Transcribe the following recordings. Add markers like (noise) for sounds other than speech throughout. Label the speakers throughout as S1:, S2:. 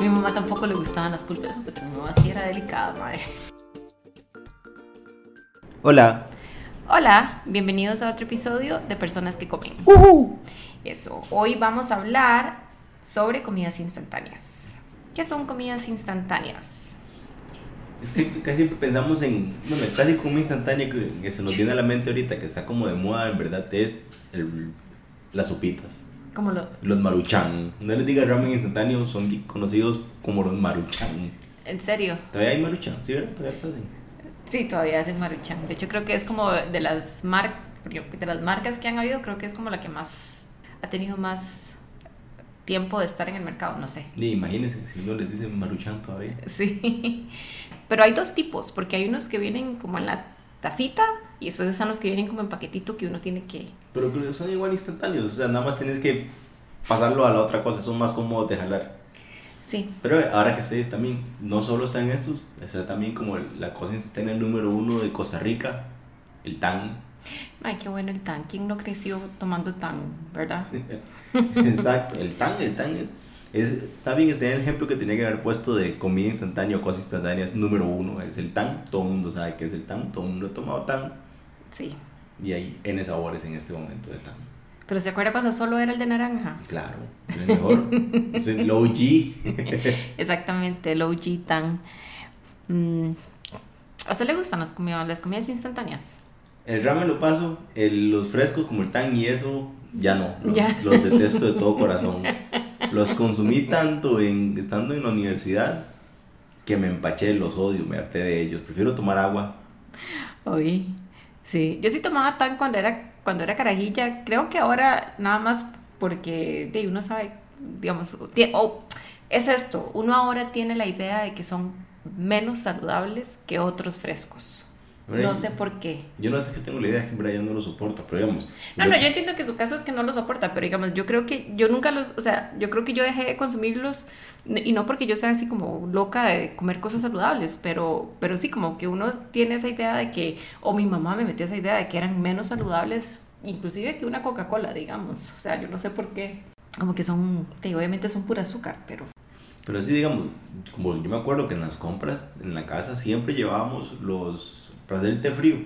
S1: Mi mamá tampoco le gustaban las pulpas, porque mi mamá sí era delicada, madre.
S2: Hola.
S1: Hola, bienvenidos a otro episodio de Personas que Comen.
S2: Ujú.
S1: Eso, hoy vamos a hablar sobre comidas instantáneas. ¿Qué son comidas instantáneas?
S2: Es que casi siempre pensamos en, bueno, casi como instantáneo que, que se nos viene a la mente ahorita, que está como de moda, en verdad, es el- las sopitas.
S1: Como lo,
S2: Los maruchan. No les diga ramen instantáneo, son conocidos como los maruchan.
S1: en serio,
S2: Todavía hay maruchan, ¿sí, verdad? Todavía los hacen.
S1: sí, todavía hacen maruchan. De hecho, creo que es como de las, mar- de las marcas que han habido, creo que es como la que más ha tenido más tiempo de estar en el mercado, no sé.
S2: Ni imagínense si no les dicen maruchan todavía.
S1: (laughs) Sí. Pero hay dos tipos, porque hay unos que vienen como en la tacita y después están los que vienen como en paquetito que uno tiene que...
S2: Pero creo que son igual instantáneos, o sea, nada más tienes que pasarlo a la otra cosa, son más cómodos de jalar.
S1: Sí,
S2: Pero ahora que ustedes también, no solo están estos, está también como el- la cosa instantánea número uno de Costa Rica, el tan.
S1: Ay, qué bueno el tan. ¿Quién no creció tomando tan, verdad? (laughs)
S2: Exacto, el tan, el tan. Es, también este el ejemplo que tenía que haber puesto de comida instantánea o cosas instantáneas número uno, es el tan, todo el mundo sabe que es el tan, todo el mundo ha tomado tan
S1: Sí.
S2: y hay N sabores en este momento de tan.
S1: Pero ¿se acuerda cuando solo era el de naranja?
S2: Claro,
S1: (laughs)
S2: el mejor, es el low G.
S1: Exactamente, el OG tan. Mm, ¿A usted le gustan las comidas, las comidas instantáneas?
S2: El ramen lo paso, el- los frescos como el tan y eso, ya no. Los,
S1: Ya.
S2: los detesto de todo corazón. Los consumí tanto en, estando en la universidad que me empaché, los odio, me harté de ellos. Prefiero tomar agua.
S1: Oí. Sí, yo sí tomaba tan cuando era, cuando era carajilla. Creo que ahora nada más porque de, uno sabe, digamos, tie- oh, es esto, uno ahora tiene la idea de que son menos saludables que otros frescos. No sé por qué.
S2: Yo no es que tengo la idea, es que en verdad ya no lo soporto, pero digamos.
S1: No, no, yo entiendo que su caso es que no lo soporta, pero digamos, yo creo que yo nunca los, o sea, yo creo que yo dejé de consumirlos n- y no porque yo sea así como loca de comer cosas saludables, pero, pero sí como que uno tiene esa idea de que, o mi mamá me metió esa idea de que eran menos saludables, inclusive que una Coca-Cola, digamos, o sea, yo no sé por qué, como que son, te digo, obviamente son pura azúcar, pero
S2: Pero sí, digamos, como yo me acuerdo que en las compras, en la casa, siempre llevábamos los. para hacer el té frío.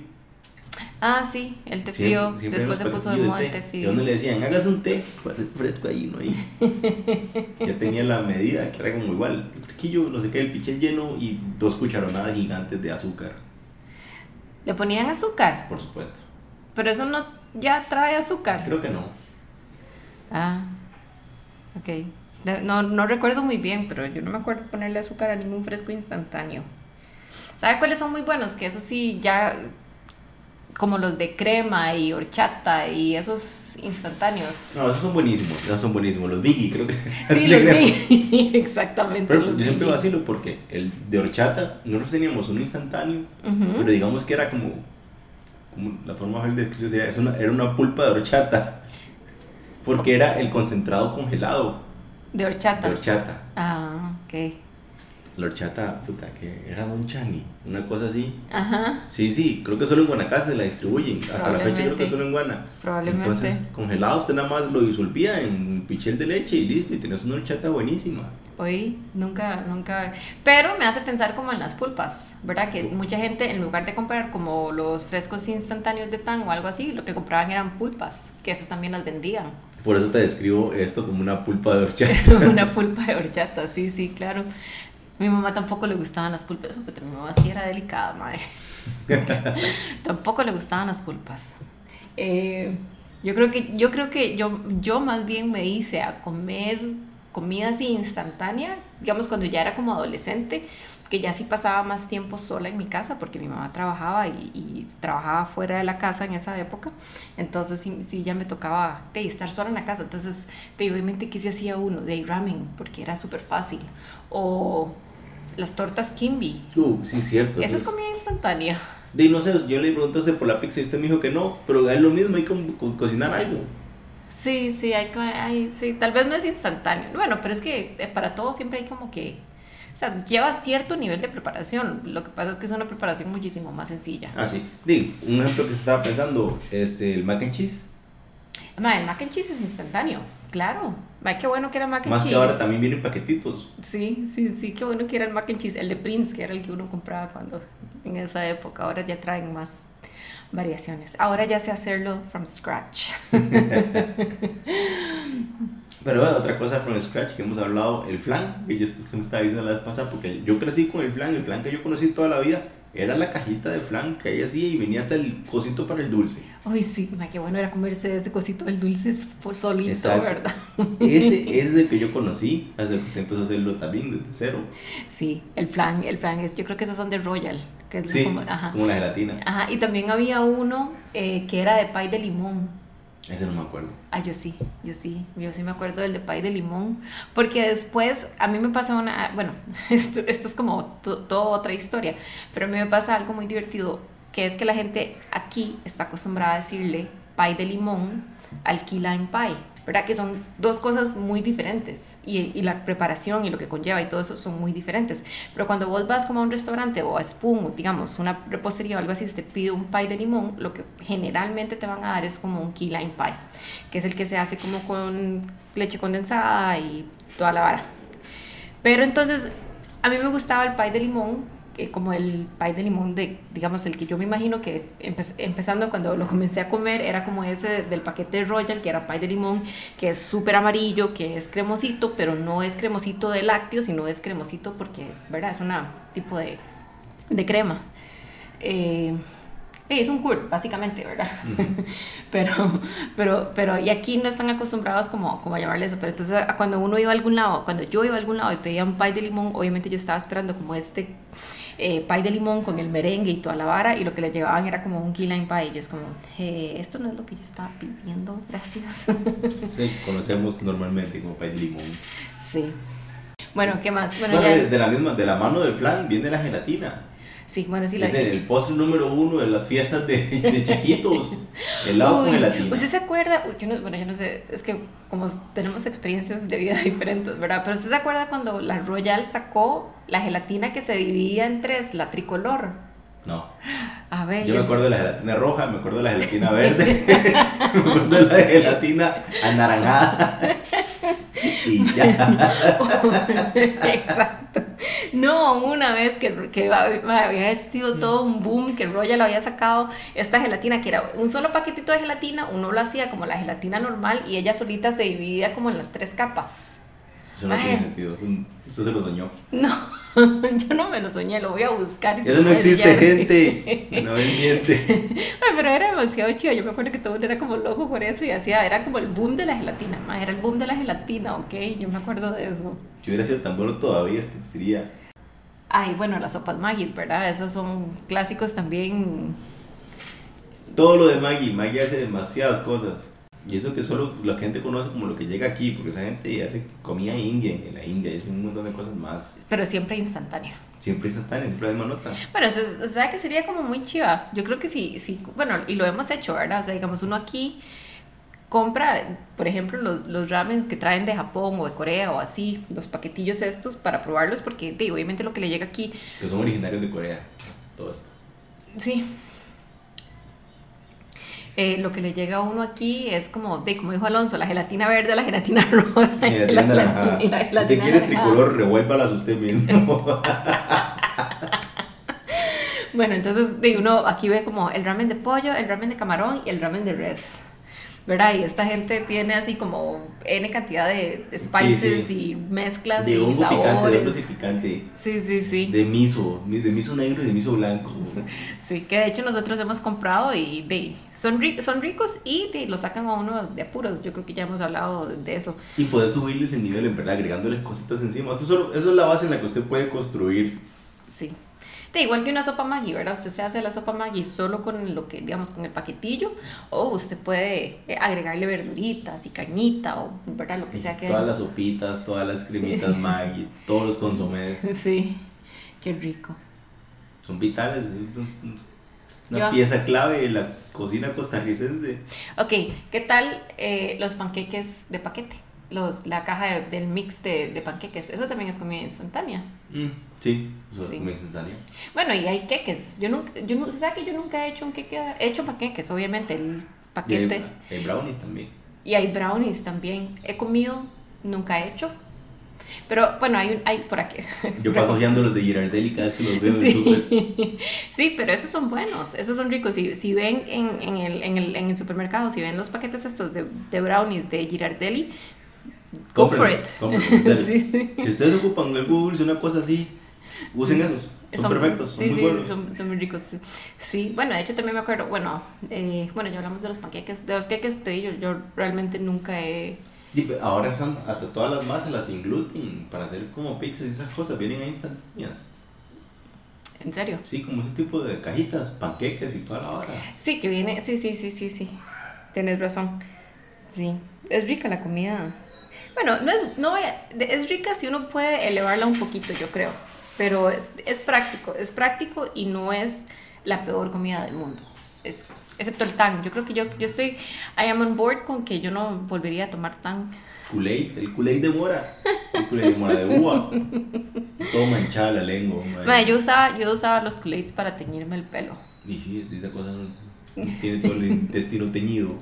S1: ah sí, el té
S2: Siempre-
S1: frío,
S2: siempre
S1: después
S2: en
S1: se
S2: los
S1: puso de
S2: paquetillos
S1: moda el té
S2: Y a
S1: frío,
S2: uno le decían, hágase un té, pues hacer fresco ahí,
S1: (laughs)
S2: no ahí. ya tenía la medida, que era como igual, el fresquillo, no sé qué, el pichel lleno y dos cucharonadas gigantes de azúcar,
S1: le ponían azúcar,
S2: por supuesto.
S1: pero eso no ya trae azúcar.
S2: Creo que no.
S1: Ah, ok. No- No, no recuerdo muy bien, pero yo no me acuerdo ponerle azúcar a ningún fresco instantáneo. ¿Sabe cuáles son muy buenos? Que eso sí, ya como los de crema y horchata y esos instantáneos.
S2: No, esos son buenísimos, esos son buenísimos. Los Biggie, creo que.
S1: sí,
S2: (laughs) le
S1: los
S2: creo.
S1: vi. (laughs) Exactamente.
S2: Pero
S1: los
S2: yo siempre
S1: vi.
S2: vacilo porque el de horchata, nosotros teníamos uno instantáneo,
S1: Ujú.
S2: pero digamos que era como, como la forma de describirlo sería, es una- era una pulpa de horchata, porque era el concentrado congelado
S1: De horchata.
S2: de horchata.
S1: Ah, ok.
S2: La horchata, puta, que era Don Chani, una cosa así.
S1: Ajá,
S2: Sí, sí, creo que solo en Guanacaste la distribuyen. Hasta la fecha creo que
S1: Probablemente.
S2: solo en Guana.
S1: probablemente.
S2: Entonces, congelado, usted nada más lo disolvía en pichel de leche y listo, y tenés una horchata buenísima.
S1: Hoy nunca, nunca. Pero me hace pensar como en las pulpas, ¿verdad? Que mucha gente, en lugar de comprar como los frescos instantáneos de tan o algo así, lo que compraban eran pulpas, que esas también las vendían. (laughs)
S2: Por eso te describo esto como una pulpa de horchata.
S1: Una pulpa de horchata, sí, sí, claro. Mi mamá tampoco le gustaban las pulpas, porque mi mamá sí era delicada, madre. (laughs) tampoco le gustaban las pulpas. Eh, yo creo que, yo creo que yo, yo más bien me hice a comer comida así instantánea, digamos cuando ya era como adolescente, que ya sí pasaba más tiempo sola en mi casa, porque mi mamá trabajaba y, y trabajaba fuera de la casa en esa época, entonces sí, sí ya me tocaba de, estar sola en la casa, entonces de, obviamente que se hacía uno, de ramen, porque era súper fácil, o las tortas kimby,
S2: Uh, sí, cierto.
S1: eso es comida instantánea.
S2: De no sé, yo le preguntaste por la pizza y usted me dijo que no, pero es lo mismo, hay que co- co- cocinar algo.
S1: Sí, sí, hay, co- hay- sí, tal vez no es instantáneo. Bueno, pero es que eh, para todo siempre hay como que, o sea, lleva cierto nivel de preparación. Lo que pasa es que es una preparación muchísimo más sencilla.
S2: Ah, sí. Di, un ejemplo que se estaba pensando, este, el mac and cheese.
S1: Ma, el mac and cheese es instantáneo, claro. Ma, qué bueno que era mac and
S2: Más
S1: cheese.
S2: que ahora también vienen paquetitos.
S1: Sí, sí, sí, qué bueno que era el mac and cheese, el de Prince, que era el que uno compraba cuando en esa época. Ahora ya traen más variaciones. Ahora ya sé hacerlo from scratch.
S2: Pero bueno, otra cosa from scratch que hemos hablado, el flan, que yo usted me estaba diciendo la vez pasada, porque yo crecí con el flan, el flan que yo conocí toda la vida era la cajita de flan que hay así y venía hasta el cosito para el dulce.
S1: Uy, sí, ma, qué bueno era comerse ese cosito del dulce por solito,
S2: Exacto.
S1: ¿verdad?
S2: Ese,
S1: (laughs)
S2: ese es el que yo conocí, hasta que usted empezó a hacerlo también desde cero.
S1: Sí, el flan, el flan es, yo creo que esos son de Royal, que es
S2: Sí,
S1: como,
S2: como,
S1: ajá.
S2: la gelatina.
S1: Ajá, y también había uno eh, que era de pay de limón.
S2: Ese no me acuerdo.
S1: Ah, yo sí, yo sí, yo sí me acuerdo del de pay de limón, porque después a mí me pasa una, ah, bueno, (laughs) esto, esto es como to- toda otra historia, pero a mí me pasa algo muy divertido, que es que la gente aquí está acostumbrada a decirle pay de limón al key lime pie, ¿verdad? Que son dos cosas muy diferentes y, y la preparación y lo que conlleva y todo eso son muy diferentes, pero cuando vos vas como a un restaurante o a Spoon, o digamos, una repostería o algo así, usted pide un pie de limón, lo que generalmente te van a dar es como un key lime pie, que es el que se hace como con leche condensada y toda la vara. Pero entonces, a mí me gustaba el pie de limón, que como el pie de limón de, digamos, el que yo me imagino que empe- empezando cuando lo comencé a comer, era como ese del paquete Royal, que era pie de limón, que es súper amarillo, que es cremosito, pero no es cremosito de lácteo, sino es cremosito porque, ¿verdad? Es un tipo de, de crema. Eh, sí, es un cur, básicamente, ¿verdad? (laughs) pero, pero, pero, y aquí no están acostumbrados como, como a llamarle eso, pero entonces a- cuando uno iba a algún lado, cuando yo iba a algún lado y pedía un pie de limón, obviamente yo estaba esperando como este eh, pie de limón con el merengue y toda la vara, y lo que le llevaban era como un key lime pie, y yo es como, "Eh, esto no es lo que yo estaba pidiendo, gracias. (laughs)
S2: Sí, conocemos normalmente como pay de limón.
S1: sí. Bueno, ¿qué más? Bueno,
S2: Bueno,
S1: ya-
S2: de, de la misma, de la mano del flan viene la gelatina.
S1: sí, bueno, sí, la...
S2: es el, el postre número uno de las fiestas de, de
S1: (laughs)
S2: chiquitos. Helado
S1: Uy,
S2: con gelatina.
S1: ¿Usted se acuerda? Uy, yo no- bueno, yo no sé, es que como tenemos experiencias de vida (laughs) diferentes, ¿verdad? Pero ¿usted se acuerda cuando la Royal sacó la gelatina que se dividía en tres, la tricolor?
S2: No.
S1: A ver,
S2: Yo me
S1: yo-
S2: acuerdo de la gelatina roja, me acuerdo de la gelatina verde, (laughs) me acuerdo de la gelatina
S1: (laughs)
S2: anaranjada. Y ya.
S1: (laughs) Exacto. No, una vez que, que había
S2: Mm.
S1: sido todo un boom, que Royal había sacado esta gelatina, que era un solo paquetito de gelatina, uno lo hacía como la gelatina normal y ella solita se dividía como en las tres capas.
S2: Eso no
S1: Ay.
S2: tiene sentido. eso- Eso se lo soñó.
S1: No, (laughs) yo no me lo soñé, lo voy a buscar. y se
S2: Eso no
S1: puede
S2: existe,
S1: hallar. (laughs)
S2: gente. No me miente.
S1: Ay, Ah, pero era demasiado chido. Yo me acuerdo que todo el mundo era como loco por eso y hacía, era como el boom de la gelatina, ma, era el boom de la gelatina, ok, yo me acuerdo de eso.
S2: Si hubiera sido tan bueno todavía, existiría.
S1: Ay, bueno, las sopas Maggi, ¿verdad? Esos son clásicos también.
S2: Todo lo de Maggie. Maggie hace demasiadas cosas. Y eso que solo la gente conoce como lo que llega aquí, porque esa gente hace comida india en la India y hace un montón de cosas más.
S1: Pero siempre instantánea.
S2: Siempre instantánea, siempre la misma nota.
S1: Bueno, eso, es- o sea que sería como muy chiva. Yo creo que sí, sí, bueno, y lo hemos hecho, ¿verdad? O sea, digamos, uno aquí compra, por ejemplo, los, los ramens que traen de Japón o de Corea o así, los paquetillos estos para probarlos, porque digo, obviamente lo que le llega aquí
S2: Que son originarios de Corea.
S1: (laughs)
S2: Todo esto.
S1: Sí. Eh, lo que le llega a uno aquí es como, de como dijo Alonso, la gelatina verde, la gelatina (laughs) roja.
S2: Y la tienda anaranjada.
S1: y la
S2: Si usted
S1: gelatina
S2: quiere
S1: anaranjada.
S2: tricolor, revuélvalas usted
S1: (laughs)
S2: mismo.
S1: Bueno, entonces de uno aquí ve como el ramen de pollo, el ramen de camarón y el ramen de res. ¿Verdad? Y esta gente tiene así como N cantidad de de spices
S2: Sí,
S1: y mezclas y
S2: de hongo picante, de hongo
S1: sabores.
S2: picante.
S1: Sí, sí, sí.
S2: De miso, mi- de miso negro y de
S1: (laughs)
S2: miso blanco.
S1: Sí, que de hecho nosotros hemos comprado y de, son, ri- son ricos y de, lo sacan a uno de apuros. Yo creo que ya hemos hablado de eso.
S2: Y poder subirles el nivel, en verdad, agregándoles cositas encima. Eso, solo- eso es la base en la que usted puede construir.
S1: Sí. De igual que una sopa Maggi, ¿verdad? Usted se hace la sopa Maggi solo con lo que, digamos, con el paquetillo, o usted puede eh, agregarle verduritas y carnita, o, ¿verdad? Lo que sea que.
S2: Todas las sopitas, todas las
S1: (laughs)
S2: cremitas Maggi, todos los consomés.
S1: Sí, qué rico.
S2: Son vitales. es un- Una
S1: Yo-
S2: pieza clave de la cocina costarricense.
S1: Ok, ¿qué tal eh, los panqueques de paquete? Los, la caja de- del mix de, de panqueques, eso también es comida instantánea.
S2: Mm, sí, eso es
S1: Sí.
S2: comida instantánea.
S1: Bueno, y hay queques. Yo nunca, yo no, ¿sabe que yo nunca he hecho un queque? He hecho panqueques, obviamente, el
S2: Y
S1: paquete.
S2: hay, hay brownies también.
S1: Y hay brownies también. He comido nunca he hecho. Pero bueno, hay, un, hay por aquí. (laughs)
S2: Yo paso ojeando los de Girardelli cada vez que los veo en el súper.
S1: Sí. (laughs) sí, pero esos son buenos, esos son ricos. Si, si ven en, en el, en, el, en el supermercado, si ven los paquetes estos de, de brownies de Girardelli, go for
S2: Cómprenlos,
S1: it.
S2: cómprenlos, en serio.
S1: (laughs) Sí.
S2: Si ustedes ocupan el Google, una cosa así, usen esos. Son, perfectos, son
S1: sí,
S2: muy
S1: sí,
S2: buenos.
S1: Son, son muy ricos. Sí, bueno, de hecho también me acuerdo, bueno, eh, bueno, ya hablamos de los panqueques, de los queques, te digo, yo realmente nunca he...
S2: Y pe- ahora están hasta todas las masas, las sin gluten, para hacer como pizzas y esas cosas, vienen ahí instantáneas.
S1: ¿En serio?
S2: Sí, como ese tipo de cajitas, panqueques y toda la hora.
S1: Sí, que viene, sí, sí, sí, sí, sí. Tienes razón. Sí, es rica la comida. Bueno, no es, no voy a- de- es rica si uno puede elevarla un poquito, yo creo. Pero es, es práctico, es práctico y no es la peor comida del mundo. Es, excepto el tan. Yo creo que yo, yo estoy, I am on board con que yo no volvería a tomar tan.
S2: Kool-Aid, el Kool-Aid de mora. El Kool-Aid de mora de uva. Todo manchada la lengua. madre.
S1: Mae, yo, usaba, yo usaba los Kool-Aids para teñirme el pelo.
S2: Y sí, esa cosa no- tiene todo el intestino teñido.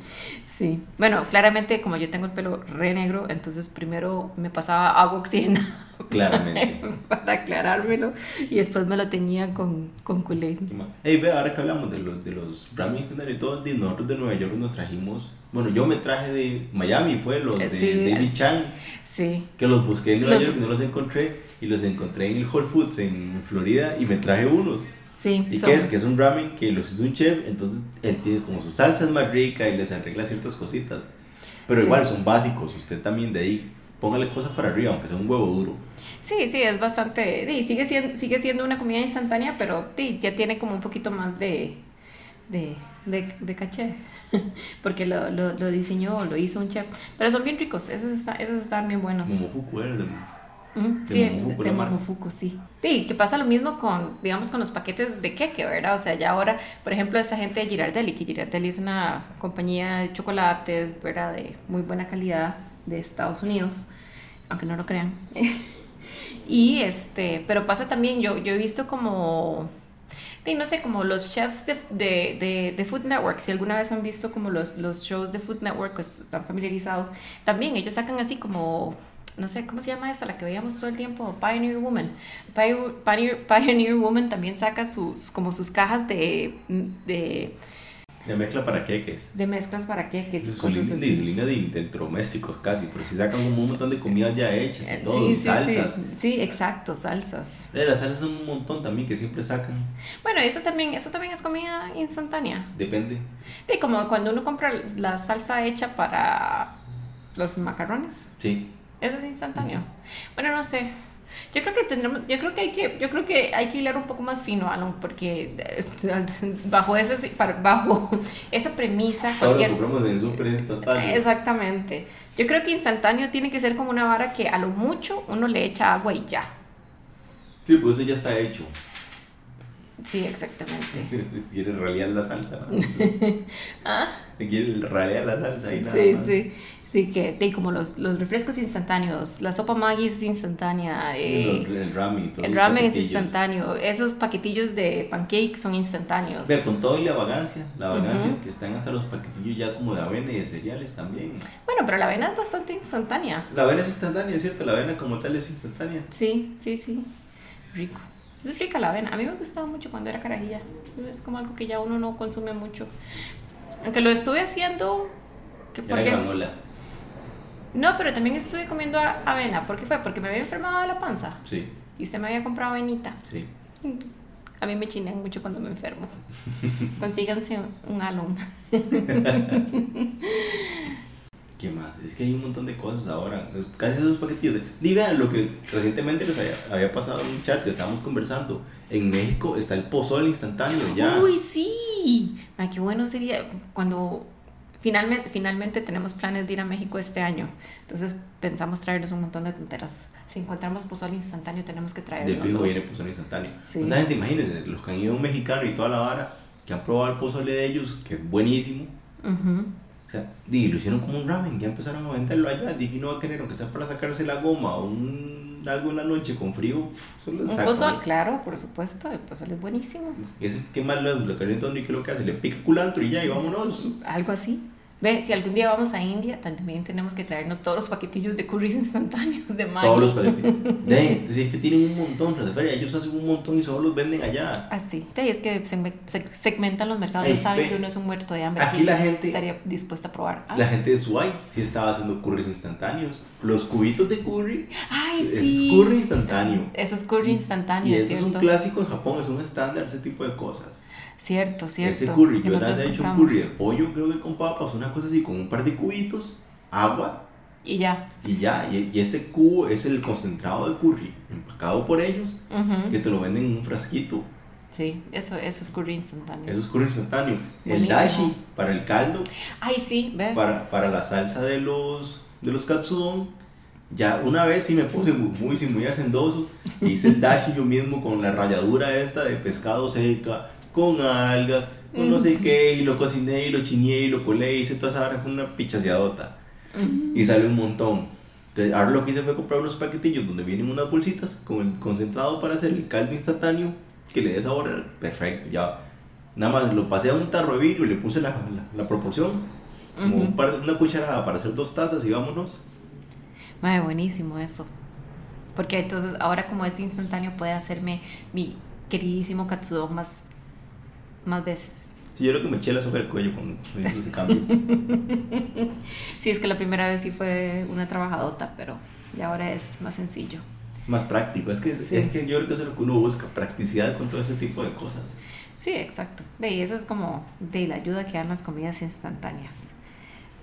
S1: Sí. Bueno, claramente como yo tengo el pelo re negro, entonces primero me pasaba agua oxigenada.
S2: Claramente.
S1: (laughs) para aclarármelo y después me lo tenía con, con Kool-Aid.
S2: Ey, ve, ahora que hablamos de los, de los ramen instantáneos y todo, de nosotros de Nueva York nos trajimos. Bueno, yo me traje de Miami, fue los de
S1: Sí.
S2: David Chang,
S1: Sí.
S2: que los busqué en Nueva
S1: Los-
S2: York y no los encontré. Y los encontré en el Whole Foods en Florida y me traje unos.
S1: Sí,
S2: ¿Y
S1: son-
S2: qué es? Que es un ramen que los hizo un chef, entonces él tiene como su salsa es más rica y les arregla ciertas cositas. Pero
S1: Sí.
S2: igual son básicos, usted también de ahí, póngale cosas para arriba, aunque sea un huevo duro.
S1: sí, sí, es bastante. Sí, sigue siendo, sigue siendo una comida instantánea, pero sí, ya tiene como un poquito más de, de, de, de caché. (laughs) Porque lo, lo, lo diseñó, lo hizo un chef. Pero son bien ricos, esos, está- esos están bien buenos.
S2: Momofuku era el de-
S1: Mm,
S2: De
S1: Sí,
S2: Momofuku,
S1: de
S2: la marca.
S1: Momofuku, sí. Sí, que pasa lo mismo con, digamos, con los paquetes de queque, ¿verdad? O sea, ya ahora, por ejemplo, esta gente de Girardelli, que Girardelli es una compañía de chocolates, ¿verdad? De muy buena calidad de Estados Unidos, aunque no lo crean. (laughs) y este, pero pasa también, yo, yo he visto como... Sí, no sé, como los chefs de, de, de- de Food Network, si alguna vez han visto como los, los shows de Food Network, pues, están familiarizados, también ellos sacan así como, no sé, ¿cómo se llama esa? La que veíamos todo el tiempo, Pioneer Woman. Pio- Pioneer, Pioneer Woman también saca sus, como sus cajas de, de,
S2: de mezcla para queques.
S1: de mezclas para queques y
S2: Su
S1: cosas
S2: línea,
S1: así.
S2: línea de electrodomésticos casi, pero si sacan como un montón de comidas ya hechas
S1: Eh,
S2: y todo, y
S1: sí,
S2: salsas.
S1: sí, sí, exacto, salsas.
S2: Eh, Las salsas son un montón también que siempre sacan,
S1: Bueno, eso también, eso también es comida instantánea.
S2: depende.
S1: Sí, como cuando uno compra la salsa hecha para los macarrones.
S2: Sí,
S1: Eso es instantáneo. Bueno, no sé. Yo creo que tendremos, yo creo que hay que, yo creo que hay que hilar un poco más fino, Alan, porque (laughs) eh, bajo ese, para- bajo (laughs) esa premisa,
S2: ahora lo
S1: cualquier,
S2: compramos en el
S1: (laughs)
S2: super estatal.
S1: exactamente. Yo creo que instantáneo tiene que ser como una vara que a lo mucho uno le echa agua y ya.
S2: Sí, pues eso ya está hecho. (laughs)
S1: Sí, exactamente.
S2: Quiere ralear la
S1: (laughs)
S2: salsa.
S1: Ah.
S2: Quiere ralear la salsa y nada.
S1: Sí,
S2: más.
S1: sí. Sí, que de, como los, los refrescos instantáneos, la sopa Maggi es instantánea. eh,
S2: El, el ramen y todo.
S1: El ramen es instantáneo. Esos paquetillos de pancake son instantáneos.
S2: Vea, con todo y la vagancia, la vagancia
S1: Ujú.
S2: que están hasta los paquetillos ya como de avena y de cereales también.
S1: Bueno, pero la avena es bastante instantánea.
S2: La avena es instantánea, es cierto, la avena como tal es instantánea.
S1: Sí, sí, sí. Rico. Es rica la avena. A mí me gustaba mucho cuando era carajilla. Es como algo que ya uno no consume mucho. Aunque lo estuve haciendo... que
S2: Era
S1: porque-
S2: granola,
S1: No, pero también estuve comiendo a- avena. ¿Por qué fue? Porque me había enfermado de la panza.
S2: sí,
S1: Y usted me había comprado avenita.
S2: sí.
S1: A mí me chinean mucho cuando me enfermo. Consíganse un- un alum.
S2: ¿Qué más? Es que hay un montón de cosas ahora. Casi esos paquetillos. De... Di, vean lo que recientemente les había, había pasado en un chat que estábamos conversando. En México está el pozole instantáneo ya.
S1: Uy, sí. Ma, qué bueno sería cuando finalmente, finalmente tenemos planes de ir a México este año. Entonces pensamos traernos un montón de tonteras. Si encontramos pozole instantáneo tenemos que
S2: De
S1: traerlo.
S2: fijo
S1: ¿no?
S2: viene pozole instantáneo.
S1: Sí.
S2: O sea, gente, imagínense, los que han ido a un mexicano y toda la vara, que han probado el pozole de ellos, que es buenísimo.
S1: Ujú.
S2: O sea, di, lo hicieron como un ramen, ya empezaron a venderlo allá. Di, no va a querer, aunque sea para sacarse la goma o un, algo en la noche con frío, pf, solo
S1: Un
S2: saca,
S1: pozole,
S2: ¿no?
S1: claro, por supuesto. El pozole es buenísimo.
S2: Ese, ¿Qué más lo, lo calienta uno y qué es lo que hace? Le pica culantro y ya, y vámonos.
S1: Algo así. Ve, si algún día vamos a India, también tenemos que traernos todos los paquetillos de curries (laughs) instantáneos de Maggi.
S2: Todos los paquetes. De, sí, es que tienen un montón, de feria, ellos hacen un montón y solo los venden allá.
S1: Así, de ahí es que se se- segmentan los mercados,
S2: Ey,
S1: no saben
S2: ve.
S1: que uno es un muerto de hambre.
S2: Aquí la gente-
S1: Estaría dispuesta a probar. Ah.
S2: La gente de Suay sí estaba haciendo curries instantáneos. Los cubitos de curry
S1: Ay,
S2: es
S1: sí.
S2: curry instantáneo.
S1: Eso es curry instantáneo,
S2: Y eso
S1: ¿cierto?
S2: es un clásico en Japón, es un estándar ese tipo de cosas.
S1: Cierto, cierto.
S2: Ese curry,
S1: que
S2: yo
S1: nosotros
S2: antes he hecho un
S1: compramos.
S2: curry de pollo, creo que con papas, una cosa así, con un par de cubitos, agua
S1: Y ya.
S2: y ya. Y, y este cubo es el concentrado de curry, empacado por ellos,
S1: Ujú.
S2: que te lo venden en un frasquito.
S1: Sí, eso, eso es curry instantáneo.
S2: Eso es curry instantáneo. El
S1: Buenísimo.
S2: dashi para el caldo,
S1: Ay, sí, ve.
S2: para, para la salsa de los, de los katsudon. Ya una vez sí me puse muy, muy, sí, muy hacendoso. e Hice el dashi yo mismo con la ralladura esta de pescado seca, con algas, con no sé qué, y lo cociné, y lo chiñé, y lo colé, y hice toda esa vara con una pichaseadota. Y sale un montón. Entonces, ahora lo que hice fue comprar unos paquetillos donde vienen unas bolsitas con el concentrado para hacer el caldo instantáneo que le dé sabor. al- Perfecto, ya. Nada más lo pasé a un tarro de vidrio y le puse la, la- la proporción, como
S1: Ujú.
S2: un par de- una cucharada para hacer dos tazas y vámonos.
S1: Mae, buenísimo eso. Porque entonces ahora como es instantáneo puede hacerme mi queridísimo katsudon más, más veces.
S2: Y yo creo que me eché la soga del cuello cuando
S1: (laughs)
S2: hice ese cambio.
S1: Sí, es que la primera vez sí fue una trabajadota, pero ya ahora es más sencillo.
S2: Más práctico. Es que, es-
S1: Sí.
S2: es que yo creo que eso es lo que uno busca, practicidad con todo ese tipo de cosas.
S1: Sí, exacto. De ahí, esa es como de la ayuda que dan las comidas instantáneas.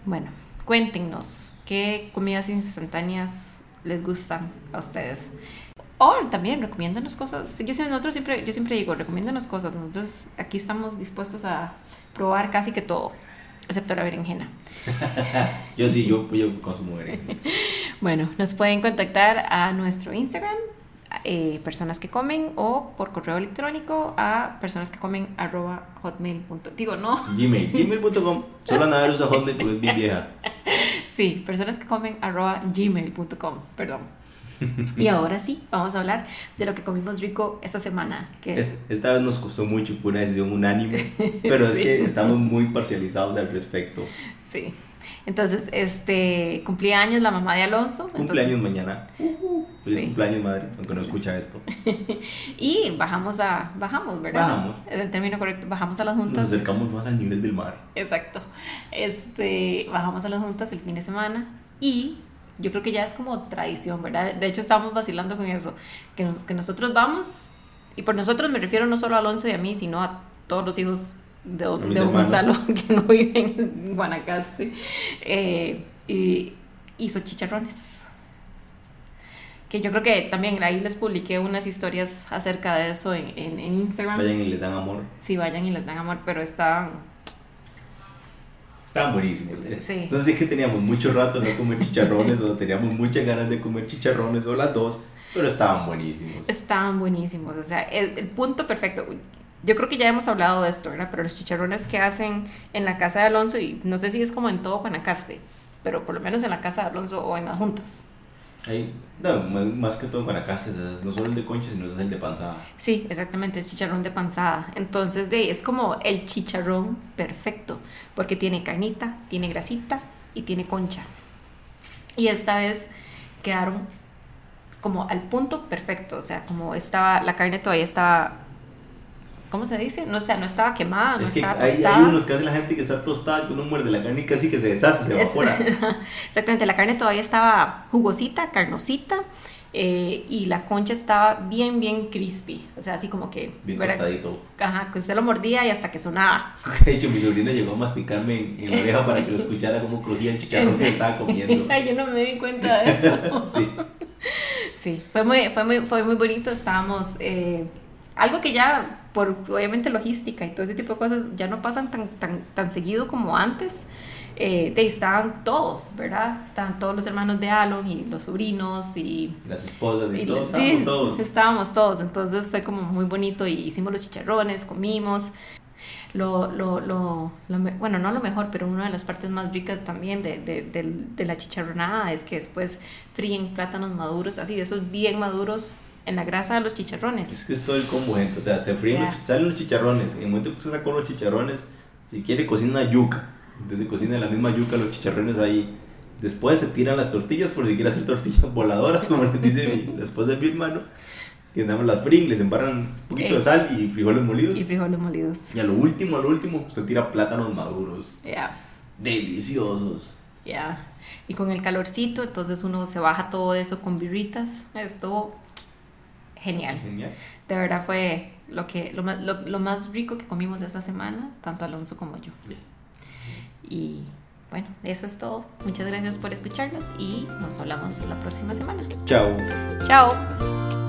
S1: Bueno, cuéntenos qué comidas instantáneas les gustan a ustedes. O también recomiéndanos cosas. Yo, sé- nosotros siempre, yo siempre digo, recomiéndanos cosas. Nosotros aquí estamos dispuestos a probar casi que todo, excepto la berenjena.
S2: Yo sí, yo, yo consumo berenjena.
S1: Bueno, nos pueden contactar a nuestro Instagram, eh, personas que comen, o por correo electrónico a personas que comen arroba hotmail punto- Digo, no.
S2: Gmail, gmail.com. Solo Ana usa Hotmail porque es pues bien vieja.
S1: Sí, personas que comen arroba gmail.com, perdón. Y ahora sí, vamos a hablar de lo que comimos rico esta semana. Que
S2: Es- Esta vez nos costó mucho, fue una decisión
S1: (laughs)
S2: unánime, pero es que estamos muy parcializados al respecto.
S1: Sí. Entonces, este, cumplía años la mamá de Alonso.
S2: Cumpleaños
S1: entonces- uh,
S2: mañana. Feliz
S1: sí.
S2: cumpleaños, madre, aunque no escucha esto.
S1: Y bajamos a, bajamos, ¿verdad?
S2: Bajamos.
S1: Es el término correcto, bajamos a las
S2: Nos
S1: juntas.
S2: acercamos más al nivel del mar.
S1: Exacto. Este, bajamos a las juntas el fin de semana y yo creo que ya es como tradición, ¿verdad? De hecho, estábamos vacilando con eso, que, nos- que nosotros vamos, y por nosotros me refiero no solo a Alonso y a mí, sino a todos los hijos de, don-
S2: A mis
S1: de don
S2: hermanos.
S1: Gonzalo (laughs) que no viven en Guanacaste, eh, y hizo chicharrones. Que yo creo que también ahí les publiqué unas historias acerca de eso en, en- en Instagram.
S2: Vayan y les dan amor.
S1: Si vayan y les dan amor, pero estaban
S2: Estaban buenísimos. ¿eh?
S1: Sí.
S2: Entonces es que teníamos mucho rato no comer chicharrones, o teníamos muchas ganas de comer chicharrones, o las dos, pero estaban buenísimos.
S1: Estaban buenísimos, o sea, el, el punto perfecto. Yo creo que ya hemos hablado de esto, ¿verdad? Pero los chicharrones que hacen en la casa de Alonso, y no sé si es como en todo Guanacaste, pero por lo menos en la casa de Alonso o en las juntas.
S2: Ahí, no, más, más que todo en Guanacaste, no solo el de concha, sino es el de panzada.
S1: Sí, exactamente, es chicharrón de panzada. Entonces, de, ahí es como el chicharrón perfecto, porque tiene carnita, tiene grasita y tiene concha. Y esta vez quedaron como al punto perfecto, o sea, como estaba, la carne todavía estaba, ¿cómo se dice? No, o sea, no estaba quemada, Ah, no
S2: es que
S1: estaba
S2: hay,
S1: tostada.
S2: hay unos que hace la gente que está tostada, que uno muerde la carne y casi que se deshace, se
S1: Es- (laughs)
S2: evapora.
S1: Exactamente, la carne todavía estaba jugosita, carnosita, eh, y la concha estaba bien, bien crispy, o sea, así como que...
S2: Bien
S1: ¿verdad?
S2: tostadito. (laughs)
S1: Ajá, que usted lo mordía y hasta que sonaba.
S2: De hecho, mi sobrina llegó a masticarme en, en la oreja para que lo escuchara cómo crujía
S1: (laughs)
S2: el chicharrón que estaba comiendo.
S1: Ay, yo no me di cuenta de eso.
S2: Sí.
S1: (laughs) Sí, fue muy, fue muy, fue muy bonito. Estábamos. eh, algo que ya, por obviamente logística y todo ese tipo de cosas, ya no pasan tan, tan, tan seguido como antes. Eh, de ahí estaban todos, ¿verdad? Estaban todos los hermanos de Alon y los sobrinos y.
S2: Las esposas y,
S1: y
S2: todos,
S1: sí,
S2: estábamos todos.
S1: estábamos todos, entonces fue como muy bonito y hicimos los chicharrones, comimos, lo, lo, lo, lo me- bueno, no lo mejor, pero una de las partes más ricas también de, de, de- de la chicharronada es que después fríen plátanos maduros, así de esos bien maduros, en la grasa de los
S2: Es
S1: chicharrones.
S2: que es todo el combo, gente. O sea, se fríen, los
S1: Ya.
S2: chi- salen los chicharrones. En el momento que usted sacó los chicharrones, si quiere, cocina una yuca. Entonces se cocina la misma yuca, los chicharrones ahí. Después se tiran las tortillas por si quiere hacer tortillas (laughs) voladoras, como les dice mi- la esposa de mi hermano. Y andamos las fríen, les embarran un poquito de
S1: Eh.
S2: sal y frijoles molidos.
S1: Y frijoles molidos.
S2: Y a lo último, a lo último, se tira plátanos maduros.
S1: Ya,
S2: Deliciosos.
S1: ya. Y con el calorcito, entonces uno se baja todo eso con birritas. Estuvo genial.
S2: Genial.
S1: De verdad fue lo, que, lo, más, lo, lo más rico que comimos esta semana, tanto Alonso como yo.
S2: Bien.
S1: Y bueno, eso es todo. Muchas gracias por escucharnos y nos hablamos la próxima semana.
S2: Chao.
S1: Chao.